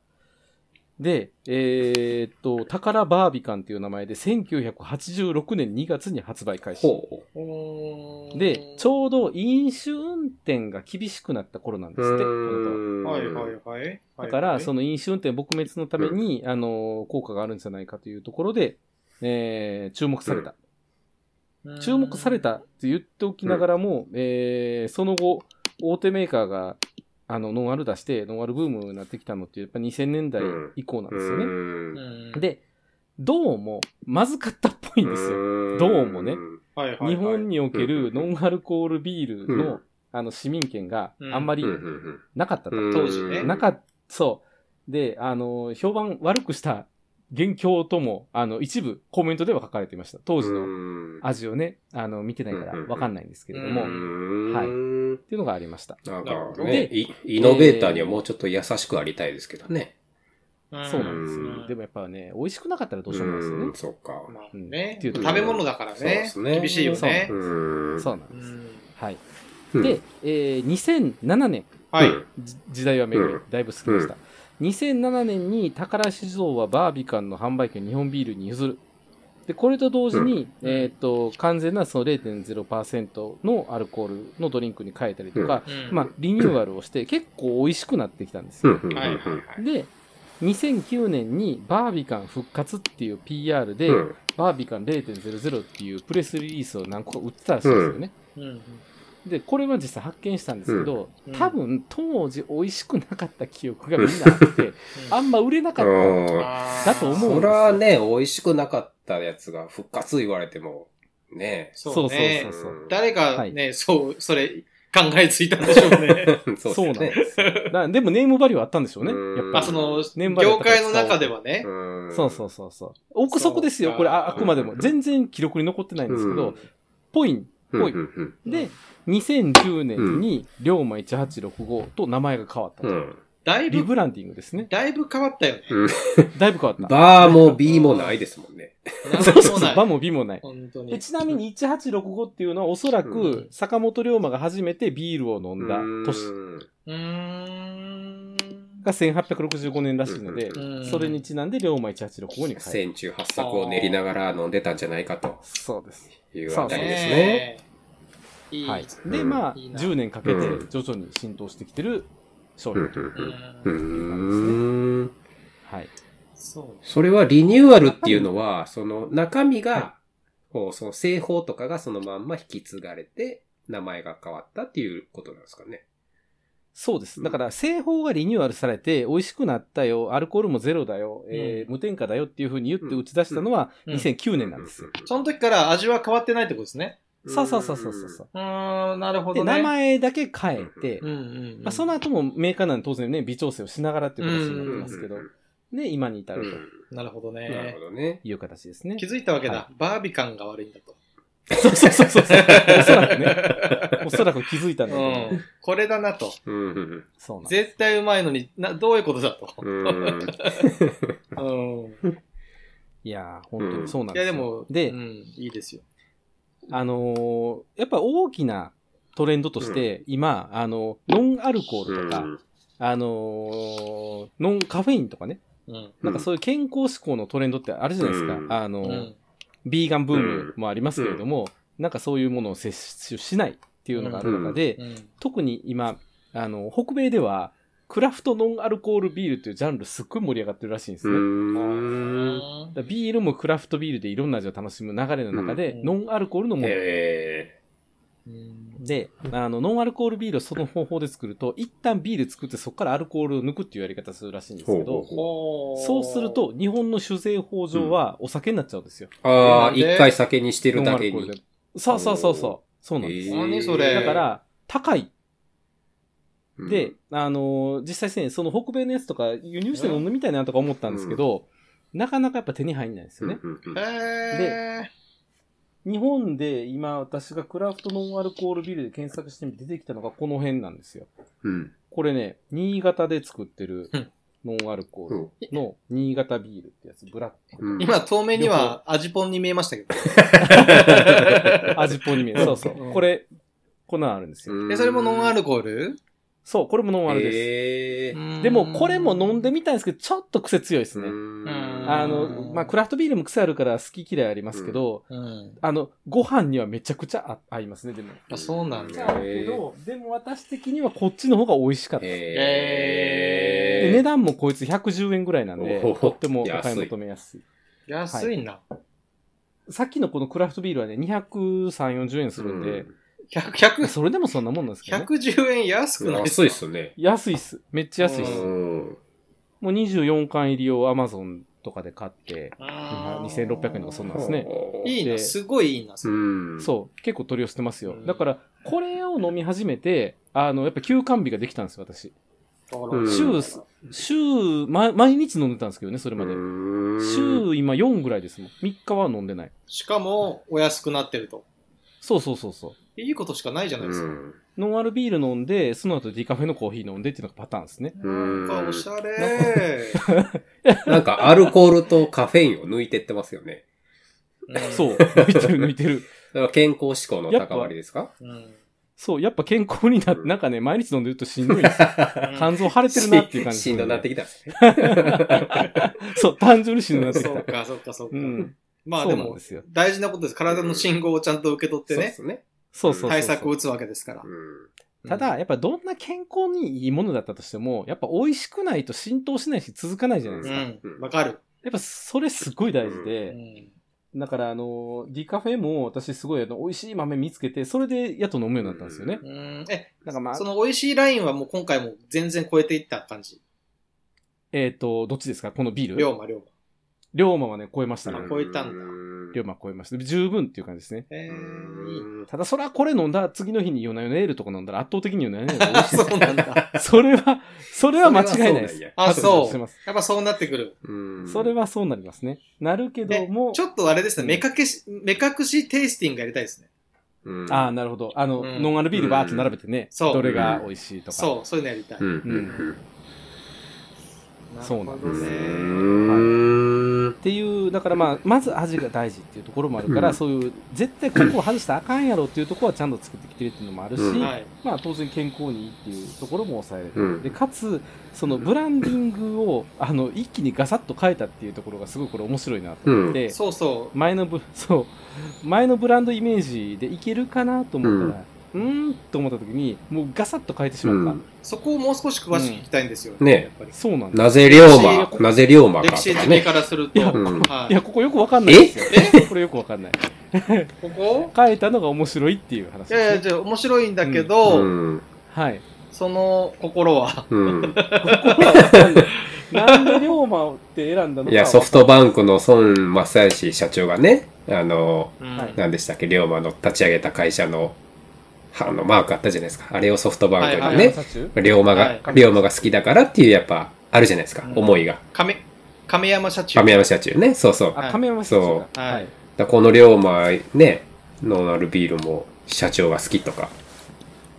[SPEAKER 2] で、えーっと、宝バービカンっていう名前で1986年2月に発売開始。
[SPEAKER 4] ほ
[SPEAKER 3] うーん
[SPEAKER 2] で、ちょうど飲酒運転が厳しくなった頃なんで
[SPEAKER 4] う。
[SPEAKER 2] すって、この頃
[SPEAKER 4] うん
[SPEAKER 3] はいはいはい。
[SPEAKER 2] だから、その
[SPEAKER 3] の、
[SPEAKER 2] 飲酒運転撲滅のために、あの、効果があるんじゃないかというところで、えー注目された。
[SPEAKER 3] うん
[SPEAKER 2] 注目されたっ。て言っておきながらも、えーその後、大手メーカーが、あの、ノンアル出して、ノンアルブームになってきたのって、やっぱ2000年代以降なんですよね。
[SPEAKER 4] ね。
[SPEAKER 3] で、
[SPEAKER 2] で、どうも、まずかったっぽいんですよ。
[SPEAKER 4] よ
[SPEAKER 2] どうもね
[SPEAKER 3] はいはいは
[SPEAKER 2] 日
[SPEAKER 3] い
[SPEAKER 2] 本におけるノンアルコールビールの、
[SPEAKER 4] うん
[SPEAKER 2] あの、市民権が
[SPEAKER 3] うん
[SPEAKER 2] あんまり
[SPEAKER 4] うん
[SPEAKER 2] なかったと。
[SPEAKER 4] うん
[SPEAKER 3] 当時ね
[SPEAKER 2] なかっそう。で、あの、評判悪くした元凶とも、あの、一部コメントでは書かれていました。当時
[SPEAKER 4] う
[SPEAKER 2] の
[SPEAKER 4] ん
[SPEAKER 2] 味をね、あの、見てないからわかんないんですけれども、
[SPEAKER 3] うん
[SPEAKER 2] はい
[SPEAKER 4] うん
[SPEAKER 2] っていうのがありました。
[SPEAKER 4] なん
[SPEAKER 3] なるほ
[SPEAKER 4] か
[SPEAKER 3] ど
[SPEAKER 4] ね、
[SPEAKER 2] で
[SPEAKER 4] イイノベーターにはもうちょっと優しくありたいですけどね。
[SPEAKER 2] そうなんです
[SPEAKER 4] う
[SPEAKER 2] よ。
[SPEAKER 4] ん
[SPEAKER 2] でもやっぱね、美味しくなかったらどうしようもないですよね
[SPEAKER 4] ん。そうか。
[SPEAKER 3] まあ
[SPEAKER 2] うん
[SPEAKER 3] ね、
[SPEAKER 2] っていうところ
[SPEAKER 3] 食べ物だから
[SPEAKER 4] そうで
[SPEAKER 3] ね
[SPEAKER 4] すね。
[SPEAKER 3] 厳しいよね
[SPEAKER 2] う。
[SPEAKER 4] うん
[SPEAKER 2] そうなん
[SPEAKER 3] う
[SPEAKER 2] です。
[SPEAKER 3] ん
[SPEAKER 2] はい。
[SPEAKER 4] うん
[SPEAKER 2] で、えー2007年、
[SPEAKER 3] はい。
[SPEAKER 2] じ時代は巡り
[SPEAKER 4] う、
[SPEAKER 2] だいぶ過ぎました。2007年に宝酒造はバービカンの販売権を日本ビールに譲る。で、これと同時に、
[SPEAKER 3] うん
[SPEAKER 2] えーっと、完全なその0.0%のアルコールのドリンクに変えたりとか、まあ、リニューアルをして結構美味しくなってきたんです
[SPEAKER 4] う
[SPEAKER 2] よ。
[SPEAKER 4] んうんうん
[SPEAKER 3] はいはいはい。
[SPEAKER 2] で、2009年にバービカン復活っていう PR で、
[SPEAKER 4] うん
[SPEAKER 2] バービカン0.00っていうプレスリリースを何個か売ってたらしいんですよね。
[SPEAKER 3] うん
[SPEAKER 2] で、これは実際発見したんですけど、
[SPEAKER 3] うん
[SPEAKER 2] 多分当時美味しくなかった記憶がみんなあって、あんま売れなかっ
[SPEAKER 4] うん
[SPEAKER 3] あー
[SPEAKER 2] だと思う
[SPEAKER 4] そらね、美味しくなかったやつが復活言われても、ね。
[SPEAKER 2] た。
[SPEAKER 3] そうね
[SPEAKER 2] そう。そうそう
[SPEAKER 3] 誰が
[SPEAKER 2] は
[SPEAKER 3] ね、そう、それ考えついたんでしょうね。
[SPEAKER 4] そ
[SPEAKER 2] そう
[SPEAKER 4] う
[SPEAKER 2] なん
[SPEAKER 4] です
[SPEAKER 2] で
[SPEAKER 4] ね
[SPEAKER 2] すよ。だからでもネームバリューはあったんでしょうね。
[SPEAKER 4] うん
[SPEAKER 2] やっぱ
[SPEAKER 3] まあ、
[SPEAKER 2] り
[SPEAKER 3] その、
[SPEAKER 2] 年配だっ
[SPEAKER 3] 業
[SPEAKER 2] たから
[SPEAKER 3] 界の中ではね。
[SPEAKER 4] うん
[SPEAKER 2] そうそうそうそう。憶測ですよ、
[SPEAKER 3] そうか
[SPEAKER 2] これああくまでも。全然記録に残ってないんですけ
[SPEAKER 4] そ
[SPEAKER 2] ど、ぽいん。
[SPEAKER 4] うん
[SPEAKER 2] ぽい
[SPEAKER 4] うんうん
[SPEAKER 2] で、2010年に、龍馬1865と名前が変わった
[SPEAKER 4] う
[SPEAKER 2] と。
[SPEAKER 4] ん
[SPEAKER 3] だい
[SPEAKER 2] リ
[SPEAKER 3] ぶ、
[SPEAKER 2] ブランディングですね。
[SPEAKER 3] だいぶ変わ ったよね。
[SPEAKER 2] だいぶ変わった。
[SPEAKER 4] バーも B もないですもんね。
[SPEAKER 3] なんともない。
[SPEAKER 2] バも美もない。
[SPEAKER 3] 本当
[SPEAKER 2] で
[SPEAKER 3] に。
[SPEAKER 2] ちなみに1865っていうのはおそら
[SPEAKER 4] う
[SPEAKER 2] く坂本龍馬が初めてビールを飲んだ年
[SPEAKER 3] うーん。
[SPEAKER 2] が1865年らしいので
[SPEAKER 4] う、
[SPEAKER 3] うん
[SPEAKER 2] それに、ちなんで龍馬1865に変える。
[SPEAKER 4] 千中八作を練りながら飲んでたんじゃないかと
[SPEAKER 2] そうです。
[SPEAKER 4] いうあたりですね。
[SPEAKER 3] ねえ。いい。
[SPEAKER 2] はい。
[SPEAKER 4] ん
[SPEAKER 2] で、まあ、
[SPEAKER 3] いいな
[SPEAKER 2] 10年かけて
[SPEAKER 4] うん
[SPEAKER 2] 徐々に浸透してきてる商
[SPEAKER 4] う
[SPEAKER 2] 品
[SPEAKER 4] ん
[SPEAKER 2] という。
[SPEAKER 4] う
[SPEAKER 3] うん
[SPEAKER 4] んうん
[SPEAKER 2] はい。
[SPEAKER 3] そう
[SPEAKER 4] それはリニューアルっていうのは、その中身が、こう、その製法とかがそのまんま引き継がれて、名前が変わったっていうことなんですかね。
[SPEAKER 2] そうです。だから、製法がリニューアルされて、美味しくなったよ、アルコールもゼロだよ、えー無添加だよっていうふうに言って打ち出したのは
[SPEAKER 3] うん
[SPEAKER 2] 2009年なんですよ。
[SPEAKER 3] その時から味は変わってないってことですね。
[SPEAKER 2] そうそうそうそうそうそう。
[SPEAKER 3] うーん、なるほ
[SPEAKER 2] で、
[SPEAKER 3] どね。
[SPEAKER 2] 名前だけ変えて、
[SPEAKER 3] うんうんうん。
[SPEAKER 2] まあ、その後もメーカーなんで当然ね、微調整をしながらっていう形になってますけど
[SPEAKER 4] うん、
[SPEAKER 2] ね、今に至
[SPEAKER 4] うん
[SPEAKER 2] る
[SPEAKER 4] う
[SPEAKER 2] と
[SPEAKER 4] ん
[SPEAKER 3] なるほど
[SPEAKER 4] なる
[SPEAKER 3] ね
[SPEAKER 4] ほ。どね。
[SPEAKER 2] いう形ですね
[SPEAKER 3] 気。づいたわけ
[SPEAKER 2] は
[SPEAKER 3] だ。バービ感が悪いんだと。
[SPEAKER 2] そうそうそうそう。おそらくね。おそらく気づいたんだけど。
[SPEAKER 3] うん。これだなと。
[SPEAKER 4] うん うん
[SPEAKER 2] そうなん
[SPEAKER 3] 絶対うまいのに、な、どういうことだと。
[SPEAKER 4] うん。うん。
[SPEAKER 3] うん。
[SPEAKER 2] いやー、本当にそうなん
[SPEAKER 3] い
[SPEAKER 2] で
[SPEAKER 3] や
[SPEAKER 2] すよ。
[SPEAKER 3] でも、
[SPEAKER 2] で
[SPEAKER 3] うん、いいですよ。
[SPEAKER 2] あのーやっぱ大きなトレンドとして、今、あの、ノンアルコー
[SPEAKER 4] う
[SPEAKER 2] ルとか、
[SPEAKER 4] ん。
[SPEAKER 2] あのーノンカフェインとかね、
[SPEAKER 3] うん。
[SPEAKER 2] なんかそういう健康志向のトレンドってあるじゃないですか。
[SPEAKER 4] うん
[SPEAKER 2] あの
[SPEAKER 3] う
[SPEAKER 2] ー
[SPEAKER 3] ん。
[SPEAKER 2] ビーガンブームもありますけれども、なんかそういうものを摂取しないっていうのがある中で、
[SPEAKER 3] うん。
[SPEAKER 2] 特に今、あの、北米では、クラフトノンアルコールビールっていうジャンルすっごい盛り上がってるらしいんです
[SPEAKER 4] う
[SPEAKER 2] ね。
[SPEAKER 4] ん。
[SPEAKER 2] だからビールもクラフトビールでいろんな味を楽しむ流れの中で、
[SPEAKER 3] うん
[SPEAKER 2] ノンアルコールのもの
[SPEAKER 4] へ
[SPEAKER 3] うん
[SPEAKER 2] で、あの、ノンアルコールビールをその方法で作ると、一旦ビール作ってそこからアルコールを抜くっていうやり方するらしいんですけ
[SPEAKER 4] ほう
[SPEAKER 2] ど
[SPEAKER 3] ほ
[SPEAKER 4] ほ、
[SPEAKER 3] ー
[SPEAKER 2] そうする、と、日本の酒税法上はお酒になっちゃうんですよ。
[SPEAKER 4] ーああ、
[SPEAKER 3] なんで
[SPEAKER 4] 一回酒にして
[SPEAKER 2] ノ
[SPEAKER 4] る
[SPEAKER 2] ンア
[SPEAKER 4] だ
[SPEAKER 2] ル
[SPEAKER 4] け
[SPEAKER 2] コール
[SPEAKER 4] に。
[SPEAKER 2] で。そうそうそうそう。そうなんです。
[SPEAKER 4] へー
[SPEAKER 3] 何それ
[SPEAKER 2] だから、高い。
[SPEAKER 4] うん
[SPEAKER 2] で、あのー実際ですね、その北米のやつとか輸入して飲んでみたいなとか思ったんですけど、なかなかやっぱ手に入んないんですよね。
[SPEAKER 4] うんうんうん
[SPEAKER 3] え
[SPEAKER 2] 日本で今私がクラフトノンアルコールビールで検索してみて出てきたのがこの辺なんですよ。
[SPEAKER 4] うん。
[SPEAKER 2] これね、新潟で作ってる
[SPEAKER 3] うん
[SPEAKER 2] ノンアルコー
[SPEAKER 4] う
[SPEAKER 2] ル
[SPEAKER 4] ん
[SPEAKER 2] の新潟ビールってやつ、ブラック。
[SPEAKER 4] う
[SPEAKER 3] ー
[SPEAKER 4] ん
[SPEAKER 3] 今、透明には味ぽんに見えましたけど。
[SPEAKER 2] 味っぽいに見える。そうそうう。
[SPEAKER 3] ん
[SPEAKER 2] これ、こんなのあるんですよ。
[SPEAKER 4] うん
[SPEAKER 3] え、それもノンアルコール
[SPEAKER 2] そう、これもノンアルです。
[SPEAKER 4] へー
[SPEAKER 2] でも、これも飲んでみたいんですけど、ちょっと癖強いですね。
[SPEAKER 4] うん
[SPEAKER 2] あ
[SPEAKER 3] う
[SPEAKER 2] の、
[SPEAKER 3] ん
[SPEAKER 2] まあ、クラフトビールも癖あるから好き嫌いありますけど、
[SPEAKER 3] うん。
[SPEAKER 2] あの、ご飯にはめちゃくちゃあ合いますね、でも。
[SPEAKER 3] あ、そうなん
[SPEAKER 4] へ
[SPEAKER 3] だ。
[SPEAKER 4] ー
[SPEAKER 2] けど、でも私的にはこっちの方が美味しかった。で
[SPEAKER 4] へー
[SPEAKER 2] 値段もこいつ110円ぐらいなんで
[SPEAKER 4] お、ほほ
[SPEAKER 2] とってもお買い求めやすい。
[SPEAKER 3] 安いな。
[SPEAKER 2] さっきのこのクラフトビールはね、203、40円するんで、
[SPEAKER 3] 100、100
[SPEAKER 2] それでもそんなもんなんですけどね。
[SPEAKER 3] 110円安
[SPEAKER 4] う
[SPEAKER 3] く
[SPEAKER 4] ん
[SPEAKER 3] ない
[SPEAKER 4] 安いっすね。
[SPEAKER 2] 安いっす。めっちゃ安いっ
[SPEAKER 4] う。
[SPEAKER 2] す。
[SPEAKER 3] うん
[SPEAKER 2] もう24巻入りを Amazon とかで買って、
[SPEAKER 3] あー
[SPEAKER 2] 2600円とかそんなんですね。
[SPEAKER 3] いいな、
[SPEAKER 2] です
[SPEAKER 3] ごいいいな、それ
[SPEAKER 4] うん。
[SPEAKER 2] そう、結構取り寄せてますよ
[SPEAKER 3] う。ん
[SPEAKER 2] だから、これを飲み始めて、あの、やっぱ休館日ができたんですよ、私。
[SPEAKER 4] うん
[SPEAKER 2] 週す、週、ま、毎日飲んでたんですけどね、それ
[SPEAKER 4] う
[SPEAKER 2] まで。
[SPEAKER 4] ん。
[SPEAKER 2] 週今4ぐらいですもん。3日は飲んでない。
[SPEAKER 3] しかも、お安くなってると。
[SPEAKER 2] そうそうそうそう。
[SPEAKER 3] いいことしかないじゃないです
[SPEAKER 4] う
[SPEAKER 3] か。
[SPEAKER 4] ん
[SPEAKER 2] ノンアルビール飲んで、その後ディカフェのコーヒー飲んでっていうのがパターンですね。
[SPEAKER 4] うん
[SPEAKER 3] なんかおしゃれ
[SPEAKER 4] なんかアルコールとカフェインを抜いてってますよね。
[SPEAKER 3] ー。
[SPEAKER 2] そうう。抜いてる抜いてる。
[SPEAKER 4] それは健康志向の高まりですか
[SPEAKER 3] ん。うん
[SPEAKER 2] そう。やっぱ健康になって、なんかね、毎日飲んでるとしんどいんですよ。
[SPEAKER 3] うん
[SPEAKER 2] 肝臓腫れてるなっていう感 じ。
[SPEAKER 4] しんどなってきたんですね。
[SPEAKER 2] そう、単純にしんどなってき
[SPEAKER 3] そ
[SPEAKER 2] た
[SPEAKER 3] う。か、そうか、そうか
[SPEAKER 2] う。ん。
[SPEAKER 3] まあ
[SPEAKER 2] そ
[SPEAKER 3] で
[SPEAKER 2] うなん
[SPEAKER 3] も
[SPEAKER 2] で、すよ。
[SPEAKER 3] 大事なことです。体の信号をちゃんと受け取って
[SPEAKER 4] そうで
[SPEAKER 3] ね、
[SPEAKER 4] すね。
[SPEAKER 2] そうそうそうそう。
[SPEAKER 3] 対策を打つわけですから
[SPEAKER 4] う。ん
[SPEAKER 2] ただ、やっぱどんな健康にいいものだったとしても、やっぱ美味しくないと浸透しないし続かないじゃないで
[SPEAKER 3] う
[SPEAKER 2] すか。や
[SPEAKER 3] ん、わかる。
[SPEAKER 2] っぱそれすごい大事
[SPEAKER 3] う
[SPEAKER 2] で、
[SPEAKER 3] ん
[SPEAKER 2] だからあの、ディカフェも私すごいあの美味しい豆見つけて、それでやっと飲むようになったんですよね。
[SPEAKER 3] うんえ、
[SPEAKER 2] なんかまあ
[SPEAKER 3] そ、の美味しいラインはもう今回も全然超えていった感じ。
[SPEAKER 2] えっ、と、どっちですかこのビー
[SPEAKER 3] 龍
[SPEAKER 2] ル
[SPEAKER 3] 馬、龍馬。
[SPEAKER 2] 龍馬はね、超えましたね
[SPEAKER 3] あ。超えたんだ
[SPEAKER 2] 龍馬超えました。十分っていう感じですね。
[SPEAKER 3] えー、いい。
[SPEAKER 2] ただそれはこれ飲んだ次の日にヨナヨナエールとか飲んだら圧倒的にヨナヨナエー ルが美味しい。
[SPEAKER 3] そうな んだ。
[SPEAKER 2] それは、それは間違いないです。
[SPEAKER 3] あ、
[SPEAKER 2] 後で
[SPEAKER 3] そ
[SPEAKER 2] 出しま
[SPEAKER 3] う。やっ
[SPEAKER 2] す
[SPEAKER 3] ぱそうなってくる。
[SPEAKER 4] うん
[SPEAKER 2] それ、はそうなりますね。なるけども
[SPEAKER 3] ち、ょっとあれです
[SPEAKER 2] うん
[SPEAKER 3] ね、目隠し、目隠しテイスティングやりたいですね。
[SPEAKER 4] うん
[SPEAKER 2] ああ、、なるほど。あの、
[SPEAKER 3] うん
[SPEAKER 2] ノンアルビールバーっと並べてね、
[SPEAKER 3] そう
[SPEAKER 2] どれが美味しいとか。
[SPEAKER 3] そう、そういうのやりたい。
[SPEAKER 4] うん
[SPEAKER 2] うん
[SPEAKER 4] うん
[SPEAKER 2] そうなん
[SPEAKER 3] るほど
[SPEAKER 2] です
[SPEAKER 3] ね。
[SPEAKER 4] うん。
[SPEAKER 2] っていう、だからまあ、まず味が大事っていうところもあるから、
[SPEAKER 4] うん
[SPEAKER 2] そういう、絶対ここを外したらあかんやろっていうところはちゃんと作ってきてるっていうのもあるし、
[SPEAKER 4] うん
[SPEAKER 3] はい。
[SPEAKER 2] まあ当然健康にいいっていうところも抑えれる。
[SPEAKER 4] うん
[SPEAKER 2] で、かつ、そのブランディングを、あの、一気にガサッと変えたっていうところがすごいこれ面白いなと思って、
[SPEAKER 3] そうそう。
[SPEAKER 2] 前のブ、 そう、前のブランドイメージでいけるかなと思ったら、うーんと思った時に、もうガサッと変えてしまった。
[SPEAKER 4] うん
[SPEAKER 3] そこをもう少し詳しく聞きたいんですよ。
[SPEAKER 4] ね
[SPEAKER 3] やっぱり。
[SPEAKER 2] そうなんです
[SPEAKER 4] なぜ龍馬、なぜ龍馬
[SPEAKER 3] 歴
[SPEAKER 4] かと
[SPEAKER 3] 史
[SPEAKER 4] か
[SPEAKER 3] 的
[SPEAKER 4] ね。
[SPEAKER 3] からすると。
[SPEAKER 2] いや
[SPEAKER 4] うん
[SPEAKER 2] い
[SPEAKER 3] は
[SPEAKER 2] や、ここよくわかんないですよ。これよくわかんない。
[SPEAKER 3] い。ここ
[SPEAKER 2] 変えたのが面白いっていう話
[SPEAKER 3] い
[SPEAKER 2] ですね
[SPEAKER 3] やいや、じゃあ面白いんだけ
[SPEAKER 4] う
[SPEAKER 3] ど、
[SPEAKER 4] ん。
[SPEAKER 2] はい。
[SPEAKER 3] その心は。
[SPEAKER 4] うん。
[SPEAKER 2] なんで龍馬って選んだのか。
[SPEAKER 4] いや、ソフトバンクの孫正義社長がね、あの、
[SPEAKER 2] はい
[SPEAKER 4] 何でしたっけ、龍馬の立ち上げた会社の、あの、マークあったじゃないですか。あれをソフトバンク
[SPEAKER 2] は
[SPEAKER 4] が
[SPEAKER 2] い
[SPEAKER 4] ね、龍馬
[SPEAKER 3] は
[SPEAKER 4] が
[SPEAKER 3] い、
[SPEAKER 4] 龍馬が好きだからっていう、やっぱ、あるじゃないですか
[SPEAKER 3] う、ん
[SPEAKER 4] 思いが。
[SPEAKER 3] 亀、亀山社長。
[SPEAKER 4] 亀山社長ね、そうそう。だか
[SPEAKER 2] あ、亀山社長だ
[SPEAKER 4] らこの龍馬、ね、のあるビールも社長が好きとか、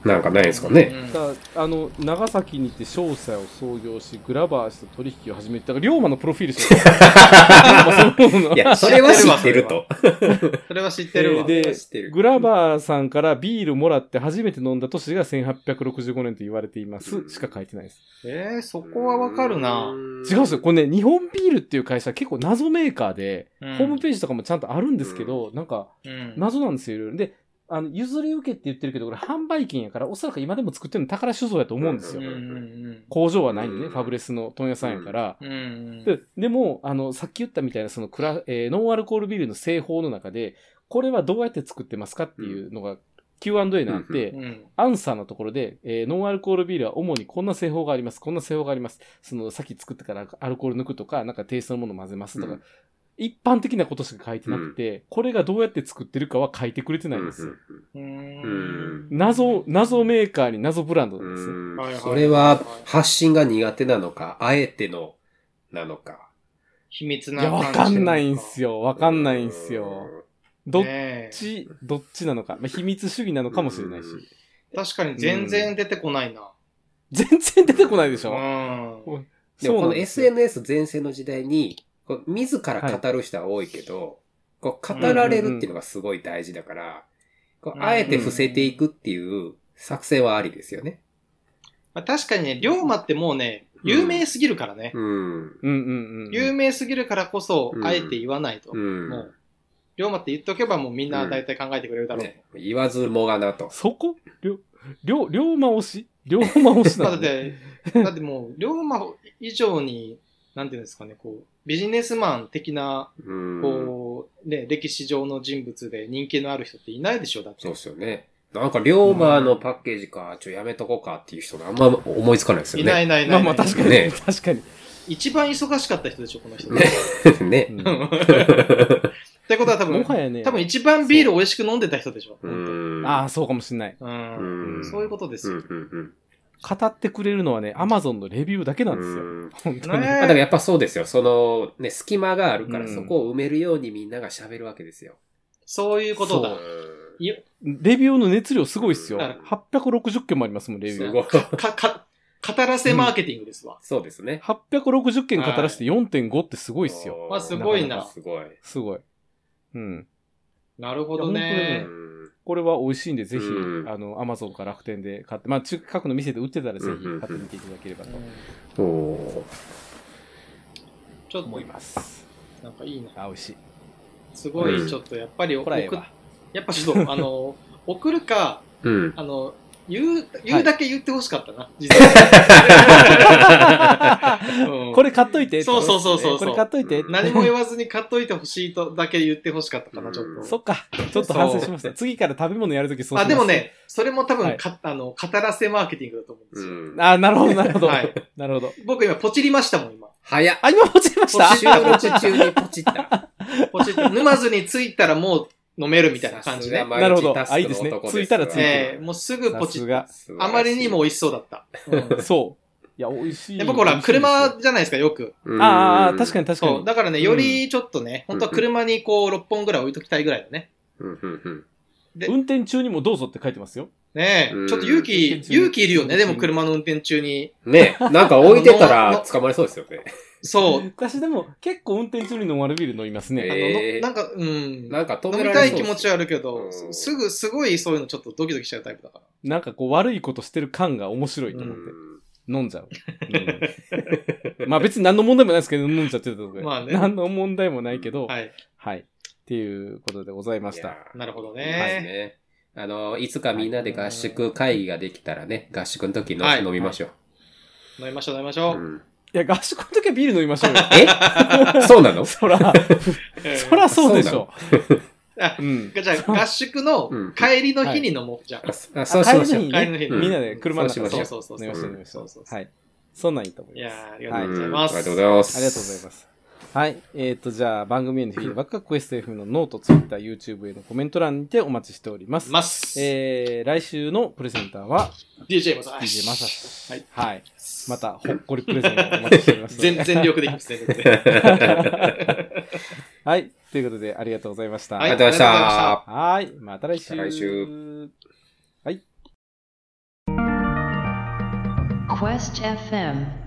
[SPEAKER 4] なんかないですかね。
[SPEAKER 3] うん
[SPEAKER 2] だあの長崎にて商社を創業しグラバー氏と取引を始めてだから龍馬のプロフィールして た その
[SPEAKER 4] いや、それは知ってると。
[SPEAKER 3] それは知ってる
[SPEAKER 2] え
[SPEAKER 3] わ
[SPEAKER 2] ー。
[SPEAKER 4] それ
[SPEAKER 2] で
[SPEAKER 4] は知ってる
[SPEAKER 2] グラバーさんからビールもらって初めて飲んだ年が1865年と言われています、
[SPEAKER 4] うん
[SPEAKER 2] しか書いてないです
[SPEAKER 3] えー、そこはわかるな。
[SPEAKER 2] 違うんですよ
[SPEAKER 4] よ。
[SPEAKER 2] これね日本ビールっていう会社結構謎メーカーで、
[SPEAKER 3] うん
[SPEAKER 2] ホームページとかもちゃんとあるんですけど、なんか
[SPEAKER 3] うん
[SPEAKER 2] 謎なんですよいろいろであの譲り受けって言ってるけどこれ販売権やからおそらく今でも作ってるの宝酒造やと思うんですよ、
[SPEAKER 3] うんうん
[SPEAKER 2] 工場はないんでね、
[SPEAKER 4] うん
[SPEAKER 2] ファブレスの問屋さんやから、
[SPEAKER 3] うん。うん
[SPEAKER 2] ででもあのさっき言ったみたいなそのクラ、えーノンアルコールビールの製法の中でこれはどうやって作ってますかっていうのが Q&A になって、
[SPEAKER 3] うん。
[SPEAKER 2] アンサーのところで、えーノンアルコールビールは主にこんな製法があります、こんな製法があります、そのさっき作ってからアルコール抜くとか、なんかテイストのもの混ぜますとか、
[SPEAKER 4] うん
[SPEAKER 2] 一般的なことしか書いてなくて、これがどうやって作ってるかは書いてくれてないんですよ。
[SPEAKER 3] うん
[SPEAKER 2] 謎、謎メーカーに謎ブランド
[SPEAKER 4] う
[SPEAKER 2] なんですね。
[SPEAKER 4] ん
[SPEAKER 3] はいはい
[SPEAKER 4] それは発信が苦手なのか、あえてのなのか。
[SPEAKER 3] 秘密
[SPEAKER 2] い
[SPEAKER 3] な
[SPEAKER 2] や、わかんないんす
[SPEAKER 3] よ。
[SPEAKER 2] よ。わかんないんすよ。どっ
[SPEAKER 3] ねえ
[SPEAKER 2] ち、どっちなのか。まあ、秘密主義なのかもしれないし。
[SPEAKER 4] うん
[SPEAKER 3] 確かに全然出てこないな。
[SPEAKER 2] 全然出てこないでし
[SPEAKER 3] う
[SPEAKER 2] ょ、
[SPEAKER 3] ん。
[SPEAKER 4] でもこ
[SPEAKER 2] なん
[SPEAKER 4] の
[SPEAKER 2] ですよ
[SPEAKER 4] SNS 全盛の時代に、こう自ら語る人は多いけど、こう語られるっていうのがすごい大事だから、こうあえて伏せていくっていう作戦はありですよね。
[SPEAKER 3] まあ、確かにね、龍馬ってもうね、有名すぎるからね。
[SPEAKER 4] うん。
[SPEAKER 2] うんうんうん。
[SPEAKER 3] 有名すぎるからこそ
[SPEAKER 4] う、ん
[SPEAKER 3] あえて言わないと。
[SPEAKER 4] うん。
[SPEAKER 3] もう、龍馬って言っとけばもうみんな大体考えてくれるだろう。
[SPEAKER 4] ね言わずもがなと。
[SPEAKER 2] そこりょ、りょ、龍馬推し龍馬推し
[SPEAKER 3] まあ
[SPEAKER 2] な の、
[SPEAKER 3] だっ
[SPEAKER 2] ね、
[SPEAKER 3] て、だってもう、龍馬以上に、なんていうんですかね、こう、ビジネスマン的な、
[SPEAKER 4] うん。
[SPEAKER 3] こう、ね、歴史上の人物で人気のある人っていないでしょ、だって。
[SPEAKER 4] そうっすよね。なんか、龍馬のパッケージか、ちょ、やめとこうかっていう人があんま思いつかないですよ
[SPEAKER 3] いない
[SPEAKER 4] ね。
[SPEAKER 3] いないい
[SPEAKER 2] ま
[SPEAKER 3] な
[SPEAKER 2] あ
[SPEAKER 3] い。
[SPEAKER 2] まあ確かに、
[SPEAKER 4] ね
[SPEAKER 2] 確かに。
[SPEAKER 3] 一番忙しかった人でしょ、この人。
[SPEAKER 4] ね ね。
[SPEAKER 3] ってことは多分
[SPEAKER 2] も、はやね、
[SPEAKER 3] 多分一番ビール美味しく飲んでた人でしょ。
[SPEAKER 4] うん。
[SPEAKER 2] ああ、そうかもしれない。
[SPEAKER 3] うん。そういうことです
[SPEAKER 4] うん
[SPEAKER 3] よ。
[SPEAKER 4] うんうん。
[SPEAKER 2] 語ってくれるのはね、アマゾンのレビューだけなんですよ。
[SPEAKER 4] うん
[SPEAKER 2] 本当に。
[SPEAKER 4] まあだから
[SPEAKER 3] ね
[SPEAKER 4] やっぱそうですよ。その、ね、隙間があるか
[SPEAKER 2] う
[SPEAKER 4] ら
[SPEAKER 2] ん
[SPEAKER 4] そこを埋めるようにみんなが喋るわけですよ。
[SPEAKER 3] そういうことだ
[SPEAKER 2] そ。
[SPEAKER 4] う
[SPEAKER 3] いや
[SPEAKER 2] レビューの熱量すごいっすよ。
[SPEAKER 3] うん
[SPEAKER 2] 860件もありますもん、レビ
[SPEAKER 4] す
[SPEAKER 2] ュー。
[SPEAKER 4] ごい。
[SPEAKER 3] か、か、語らせマーケティングですわ。
[SPEAKER 4] そうですね。
[SPEAKER 2] 860件語らせて4.5ってすごいっすよ。
[SPEAKER 4] おー
[SPEAKER 3] まあすごいな
[SPEAKER 4] かかすごい。
[SPEAKER 2] すごい。うん。
[SPEAKER 3] なるほど
[SPEAKER 2] いや
[SPEAKER 3] ね
[SPEAKER 2] 本。
[SPEAKER 4] うん
[SPEAKER 2] これは美味しいんで、ぜひ、
[SPEAKER 4] うん
[SPEAKER 2] あの、アマゾンか楽天で買って、まあ、近くの店で売ってたらぜひ買ってみていただければと
[SPEAKER 3] うん
[SPEAKER 4] おー
[SPEAKER 3] ちょっ
[SPEAKER 2] 思い
[SPEAKER 3] と、
[SPEAKER 2] ます。
[SPEAKER 3] なんかいいな。
[SPEAKER 2] あ、美味し い。
[SPEAKER 3] すご
[SPEAKER 4] う
[SPEAKER 3] い、
[SPEAKER 4] ん
[SPEAKER 3] ちょっとやっぱり
[SPEAKER 2] こ
[SPEAKER 3] 送
[SPEAKER 2] ら
[SPEAKER 3] っ
[SPEAKER 2] ええわ。
[SPEAKER 3] やっぱちょ っと、あの、送るか、
[SPEAKER 4] うん。
[SPEAKER 3] あの、言う、言うだけ言ってほしかったな、実 際うん
[SPEAKER 2] これ買っといてってことですね。
[SPEAKER 3] そうそうそうそう
[SPEAKER 2] これ買っといて。
[SPEAKER 3] 何も言わずに買っといてほしいとだけ言ってほしかったかな、ちょっ
[SPEAKER 4] うん
[SPEAKER 2] そ
[SPEAKER 3] と。
[SPEAKER 2] っか。ちょっと反省しました。次から食べ物やるときそうし
[SPEAKER 3] あ、
[SPEAKER 2] ます。
[SPEAKER 3] でも。ね、それも多
[SPEAKER 2] はい
[SPEAKER 3] 分か、あの、語らせマーケティングだと思うんで
[SPEAKER 4] う
[SPEAKER 3] すよ。
[SPEAKER 4] ん。
[SPEAKER 2] あ、なる ほど、なるほど。
[SPEAKER 3] はい
[SPEAKER 2] なるほど。
[SPEAKER 3] 僕今、ポチりましたもん、今。
[SPEAKER 4] 早っ。
[SPEAKER 2] あ、今落ちまし
[SPEAKER 4] 収
[SPEAKER 2] た
[SPEAKER 4] 録中にポチった。
[SPEAKER 3] ポチって、沼津に着いたらもう飲めるみたいな感じで。
[SPEAKER 4] さすが
[SPEAKER 2] なるほど
[SPEAKER 4] マルチタスクの男
[SPEAKER 2] あいいですね着いたら
[SPEAKER 4] す
[SPEAKER 2] 着
[SPEAKER 4] が
[SPEAKER 2] て
[SPEAKER 3] ええもうすぐポ
[SPEAKER 2] さ
[SPEAKER 3] チ
[SPEAKER 2] す
[SPEAKER 3] って。
[SPEAKER 2] が。
[SPEAKER 4] 素晴らし
[SPEAKER 3] あ
[SPEAKER 4] い
[SPEAKER 3] まりにも美味しそうだった。うん
[SPEAKER 2] そう。いや、美味しい。
[SPEAKER 3] で僕ほら、車じゃないですか、よく。
[SPEAKER 4] うん
[SPEAKER 2] あーあー、確かに確か
[SPEAKER 3] そう。
[SPEAKER 2] に。
[SPEAKER 3] だからね、よりちょっとね、本当は車にこう、6本ぐらい置いときたいぐらいだね。
[SPEAKER 4] うんうんうん
[SPEAKER 3] で
[SPEAKER 2] 運転中にもどうぞって書いてますよ。
[SPEAKER 3] ねえ、
[SPEAKER 4] うん
[SPEAKER 3] ちょっと勇気、
[SPEAKER 2] 運転中に
[SPEAKER 3] 勇気いるよね、で
[SPEAKER 2] 運
[SPEAKER 3] も
[SPEAKER 2] 転中に
[SPEAKER 3] 車の運転中に。
[SPEAKER 4] ねなんか置いてたら捕まりそうですよ ね。
[SPEAKER 3] そう。
[SPEAKER 2] 私でも結構運転中にノンアルビール飲みます
[SPEAKER 3] あの
[SPEAKER 2] ね。
[SPEAKER 4] えー
[SPEAKER 3] なんか、うん。
[SPEAKER 4] なんか止
[SPEAKER 3] 飲
[SPEAKER 4] め
[SPEAKER 3] み
[SPEAKER 4] られ
[SPEAKER 3] た
[SPEAKER 4] そう
[SPEAKER 3] い気持ちはあるけど、
[SPEAKER 4] うん
[SPEAKER 3] すぐ、すごいそういうのちょっとドキドキしちゃうタイプだから。
[SPEAKER 2] なんかこう悪いことしてる感が面白いと思っ
[SPEAKER 4] うん
[SPEAKER 2] て。飲んじゃう。うんまあ別に何の問題もないですけど、飲んじゃってたとこ
[SPEAKER 3] まあね
[SPEAKER 2] 何の問題もないけど、
[SPEAKER 3] はい。
[SPEAKER 2] はい。っていうことでございまし
[SPEAKER 4] い
[SPEAKER 2] た
[SPEAKER 4] や。ー
[SPEAKER 3] なるほど
[SPEAKER 4] まず
[SPEAKER 3] ね。
[SPEAKER 4] ね。あの、いつかみんなで合宿会議ができたらね、合宿の時の
[SPEAKER 3] はい
[SPEAKER 4] 飲みましょ
[SPEAKER 3] 飲みましょう、飲みまし
[SPEAKER 4] う。
[SPEAKER 3] ょう。
[SPEAKER 4] うん
[SPEAKER 2] いや、合宿の時はビール飲みましょうよ。
[SPEAKER 4] えそうなの
[SPEAKER 2] そ ら、
[SPEAKER 3] えー
[SPEAKER 2] そらそうでしょ。
[SPEAKER 3] あ
[SPEAKER 2] うん。
[SPEAKER 3] じゃあ、合宿の
[SPEAKER 4] うん
[SPEAKER 3] 帰りの日に飲もう。じゃあ。
[SPEAKER 4] あそうしましょう。
[SPEAKER 2] あ帰り
[SPEAKER 3] 帰りの
[SPEAKER 2] の日
[SPEAKER 3] 日に
[SPEAKER 2] に
[SPEAKER 3] ね
[SPEAKER 2] ね。みんなで車の中
[SPEAKER 4] そうし
[SPEAKER 2] で
[SPEAKER 4] ましょう
[SPEAKER 3] そうそうそう
[SPEAKER 2] 飲みましょう、飲みまし
[SPEAKER 3] そ
[SPEAKER 2] ょ
[SPEAKER 3] うそう
[SPEAKER 2] う。
[SPEAKER 3] そう
[SPEAKER 2] はい。そんなんいいと思
[SPEAKER 3] い
[SPEAKER 2] いま
[SPEAKER 3] や
[SPEAKER 2] す。
[SPEAKER 3] ーあり
[SPEAKER 4] う
[SPEAKER 3] が
[SPEAKER 4] ん
[SPEAKER 3] とう
[SPEAKER 4] あり
[SPEAKER 3] ご
[SPEAKER 4] が
[SPEAKER 3] ざ
[SPEAKER 4] と
[SPEAKER 3] いうます。
[SPEAKER 4] ございます。
[SPEAKER 2] ありがとうござい ます。はい。えっ、と、じゃあ、番組へのフィードバックは、クエスト FM のノート、ツイッター、YouTube へのコメント欄にてお待ちしております。
[SPEAKER 3] ます。
[SPEAKER 2] えー、来週のプレゼンターは、
[SPEAKER 3] DJ マサ
[SPEAKER 2] DJ まさし。
[SPEAKER 3] はい。
[SPEAKER 2] はい。ま た、ほっこりプレゼントをお待ちしておりますので。
[SPEAKER 3] 全全力でいきます、全力で。
[SPEAKER 2] はい。ということで、ありがとうございました。
[SPEAKER 3] は
[SPEAKER 4] ありがとうございまし。
[SPEAKER 3] ありがとうございました
[SPEAKER 2] はい。また来週。
[SPEAKER 4] また来
[SPEAKER 1] Quest
[SPEAKER 4] 週。
[SPEAKER 1] FM